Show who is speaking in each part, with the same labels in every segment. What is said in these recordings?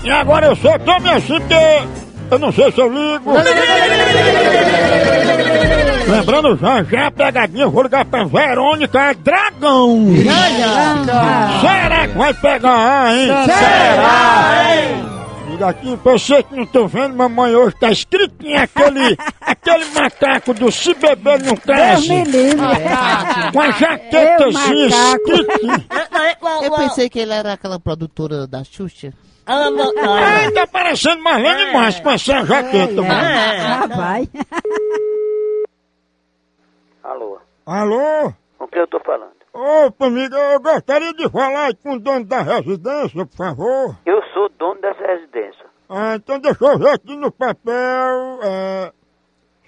Speaker 1: E agora eu só tomo assim porque eu não sei se eu ligo. Lembrando já, já a pegadinha, eu vou ligar pra Verônica Dragão. Será que vai pegar, hein?
Speaker 2: Será,
Speaker 1: hein? Liga aqui, pra você que não tô vendo, mamãe hoje tá escritinho aquele, aquele macaco do se beber não
Speaker 3: Deus me
Speaker 1: cresce.
Speaker 3: livre.
Speaker 1: Com a jaqueta
Speaker 3: Eu,
Speaker 1: assim,
Speaker 3: macaco.
Speaker 1: escritinho.
Speaker 2: Eu pensei que ele era aquela produtora da Xuxa.
Speaker 1: Ai, tá parecendo Marlene Márcio com essa jaqueta, mano.
Speaker 3: Ah, vai.
Speaker 4: Alô,
Speaker 1: Alô?
Speaker 4: o que eu tô falando?
Speaker 1: Opa, amiga, eu gostaria de falar aí com o dono da residência, por favor.
Speaker 4: Eu sou dono dessa residência.
Speaker 1: Ah, então deixa eu ver aqui no papel. é,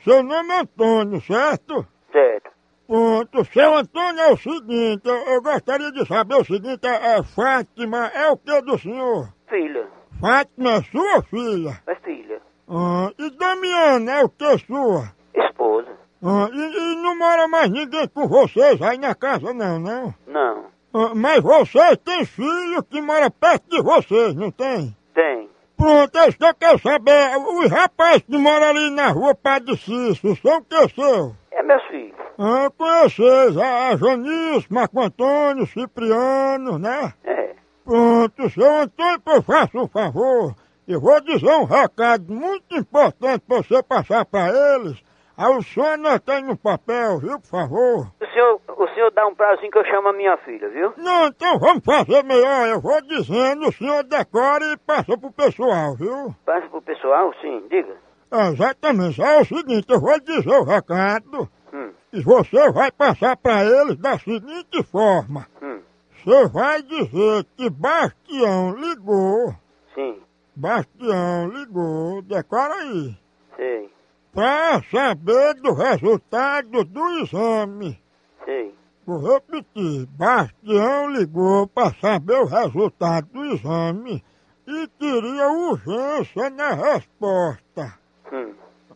Speaker 1: Seu nome é Antônio, certo?
Speaker 4: Certo.
Speaker 1: Pronto. Seu Antônio é o seguinte, eu, eu gostaria de saber o seguinte, é, é, Fátima é o que do senhor?
Speaker 4: Filha,
Speaker 1: Fátima é sua filha.
Speaker 4: é filha,
Speaker 1: Ah, e Damiana é o que sua?
Speaker 4: esposa.
Speaker 1: Ah, e, e não mora mais ninguém com vocês aí na casa não, não?
Speaker 4: Não,
Speaker 1: Ah, mas vocês têm filho que mora perto de vocês, não tem?
Speaker 4: tem.
Speaker 1: Pronto, eu só quero saber, os rapazes que moram ali na rua Padre Cício, são que são?
Speaker 4: É meus filhos.
Speaker 1: Ah, conheces, a, a Janice, Marco Antônio, Cipriano, né?
Speaker 4: É.
Speaker 1: Pronto, seu Antônio, eu faço um favor, eu vou dizer um recado muito importante pra você passar pra eles. Aí o senhor anota aí no papel, viu, por favor?
Speaker 4: O senhor, o senhor dá um prazinho que eu chamo a minha filha, viu?
Speaker 1: Não, então vamos fazer melhor, eu vou dizendo, o senhor decora e passa pro pessoal, viu?
Speaker 4: Passa pro pessoal, sim, diga.
Speaker 1: É, Exatamente. É o seguinte, eu vou dizer o recado
Speaker 4: Hum,
Speaker 1: e você vai passar para eles da seguinte forma.
Speaker 4: hum,
Speaker 1: Você vai dizer que Bastião ligou,
Speaker 4: sim,
Speaker 1: Bastião ligou, decora aí,
Speaker 4: sei,
Speaker 1: para saber do resultado do exame.
Speaker 4: sei,
Speaker 1: Vou repetir, Bastião ligou para saber o resultado do exame e queria urgência na resposta.
Speaker 4: hum.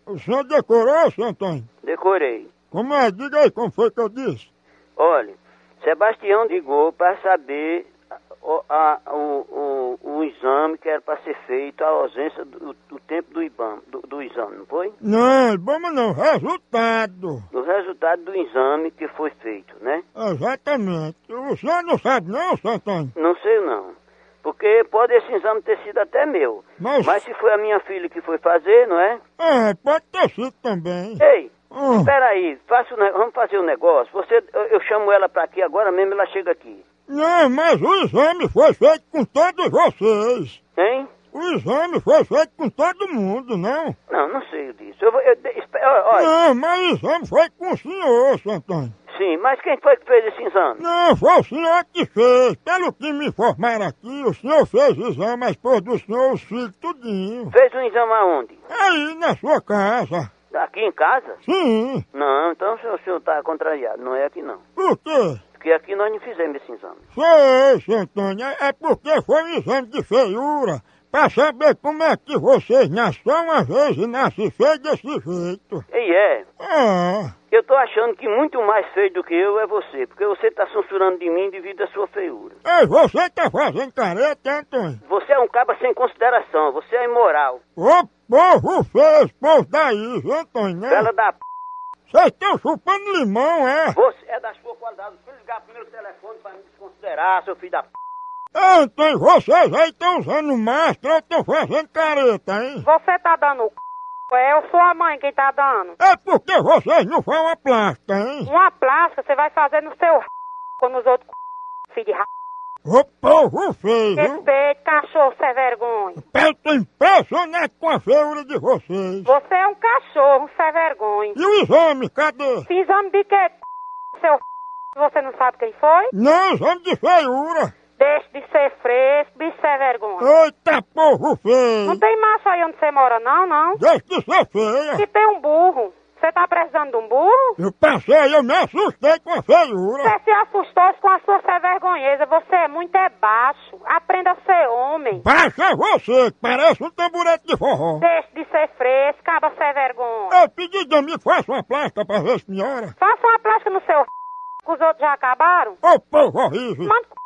Speaker 1: O senhor decorou, seu Antônio?
Speaker 4: Decorei.
Speaker 1: Como é? Diga aí como foi que eu disse.
Speaker 4: Olha, Sebastião ligou para saber o, a- o, o, o exame que era para ser feito, a ausência do, do tempo do, IBAM, do, do exame, não foi?
Speaker 1: Não, vamos não, resultado.
Speaker 4: Do resultado do exame que foi feito, né?
Speaker 1: Exatamente. O senhor não sabe não, seu Antônio?
Speaker 4: Não sei não. Porque pode esse exame ter sido até meu.
Speaker 1: Mas-
Speaker 4: Mas se foi a minha filha que foi fazer, não é?
Speaker 1: É, pode ter sido também.
Speaker 4: Ei,
Speaker 1: Hum.
Speaker 4: espera aí, faça o ne- vamos fazer um negócio. Você, eu, eu chamo ela pra aqui agora mesmo, ela chega aqui.
Speaker 1: Não, mas o exame foi feito com todos vocês.
Speaker 4: Hein?
Speaker 1: O exame foi feito com todo mundo, não?
Speaker 4: Não, não sei disso. Eu vou, eu, de- espe- ó, ó,
Speaker 1: Não, mas o exame foi com o senhor, seu Antônio.
Speaker 4: sim, mas quem foi que fez esse exame?
Speaker 1: Não, foi o senhor que fez. Pelo que me informaram aqui, o senhor fez o exame, mas pôs do senhor os filhos tudinho.
Speaker 4: Fez um exame aonde?
Speaker 1: Aí, na sua casa.
Speaker 4: Aqui em casa?
Speaker 1: Sim.
Speaker 4: Não, então o senhor, o senhor tá contrariado. Não é aqui não.
Speaker 1: Por quê?
Speaker 4: Porque aqui nós não fizemos esse exame.
Speaker 1: Foi, seu Antônio, é é porque foi um exame de feiura. Pra saber como é que vocês nascem uma vez e nascem feio desse jeito.
Speaker 4: E é,
Speaker 1: Ah,
Speaker 4: eu tô achando que muito mais feio do que eu é você. Porque você tá censurando de mim devido à sua feiura.
Speaker 1: ei, você tá fazendo careta, hein, Antônio?
Speaker 4: Você é um caba sem consideração, você é imoral.
Speaker 1: Ô povo fez, povo daí, viu, Antônio, né?
Speaker 4: Ela da p.
Speaker 1: Vocês estão chupando limão, é?
Speaker 4: Você é da sua qualidade. Fui ligar pro meu telefone pra me desconsiderar, seu filho da p.
Speaker 1: Ei, Antônio, vocês aí estão usando máscara ou estão fazendo careta, hein?
Speaker 5: Você tá dando o c... É eu sou a mãe quem tá dando.
Speaker 1: É porque vocês não vão a plástica, hein?
Speaker 5: Uma plástica você vai fazer no seu r... ou nos outros c... filho de r...
Speaker 1: Ô povo fez, viu?
Speaker 5: Respeito, cachorro, sem vergonha.
Speaker 1: Eu tô impressionado né, com a feura de vocês.
Speaker 5: Você é um cachorro, um sem vergonha.
Speaker 1: E o exame, cadê?
Speaker 5: Se exame de que c... seu r... Você não sabe quem foi?
Speaker 1: Não, exame de feiura.
Speaker 5: Deixe de ser fresco, bicho sem
Speaker 1: Uhum.
Speaker 5: vergonha.
Speaker 1: Eita, povo
Speaker 5: Não
Speaker 1: feio.
Speaker 5: tem macho aí onde você mora não, não?
Speaker 1: Deixa de ser
Speaker 5: Se
Speaker 1: feia.
Speaker 5: tem um burro, você tá precisando de um burro?
Speaker 1: Eu passei, eu me assustei com a feiura.
Speaker 5: Você se assustou com a sua sem vergonheza. Você é muito é baixo. Aprenda a ser homem.
Speaker 1: Baixa você, que parece um tamborete de forró.
Speaker 5: Deixe de ser fresca, acaba sem vergonha.
Speaker 1: Eu pedi de mim, faça uma plástica pra ver a senhora.
Speaker 5: Faça uma plástica no seu c... que os outros já acabaram.
Speaker 1: Ô, povo horrível.
Speaker 5: Manda c...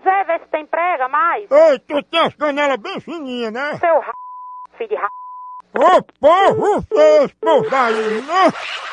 Speaker 5: Zé, vê se tem prega mais.
Speaker 1: Ei, tu tem as canelas bem fininhas, né?
Speaker 5: Seu r... filho de r...
Speaker 1: Ô, povo fez por daí, né?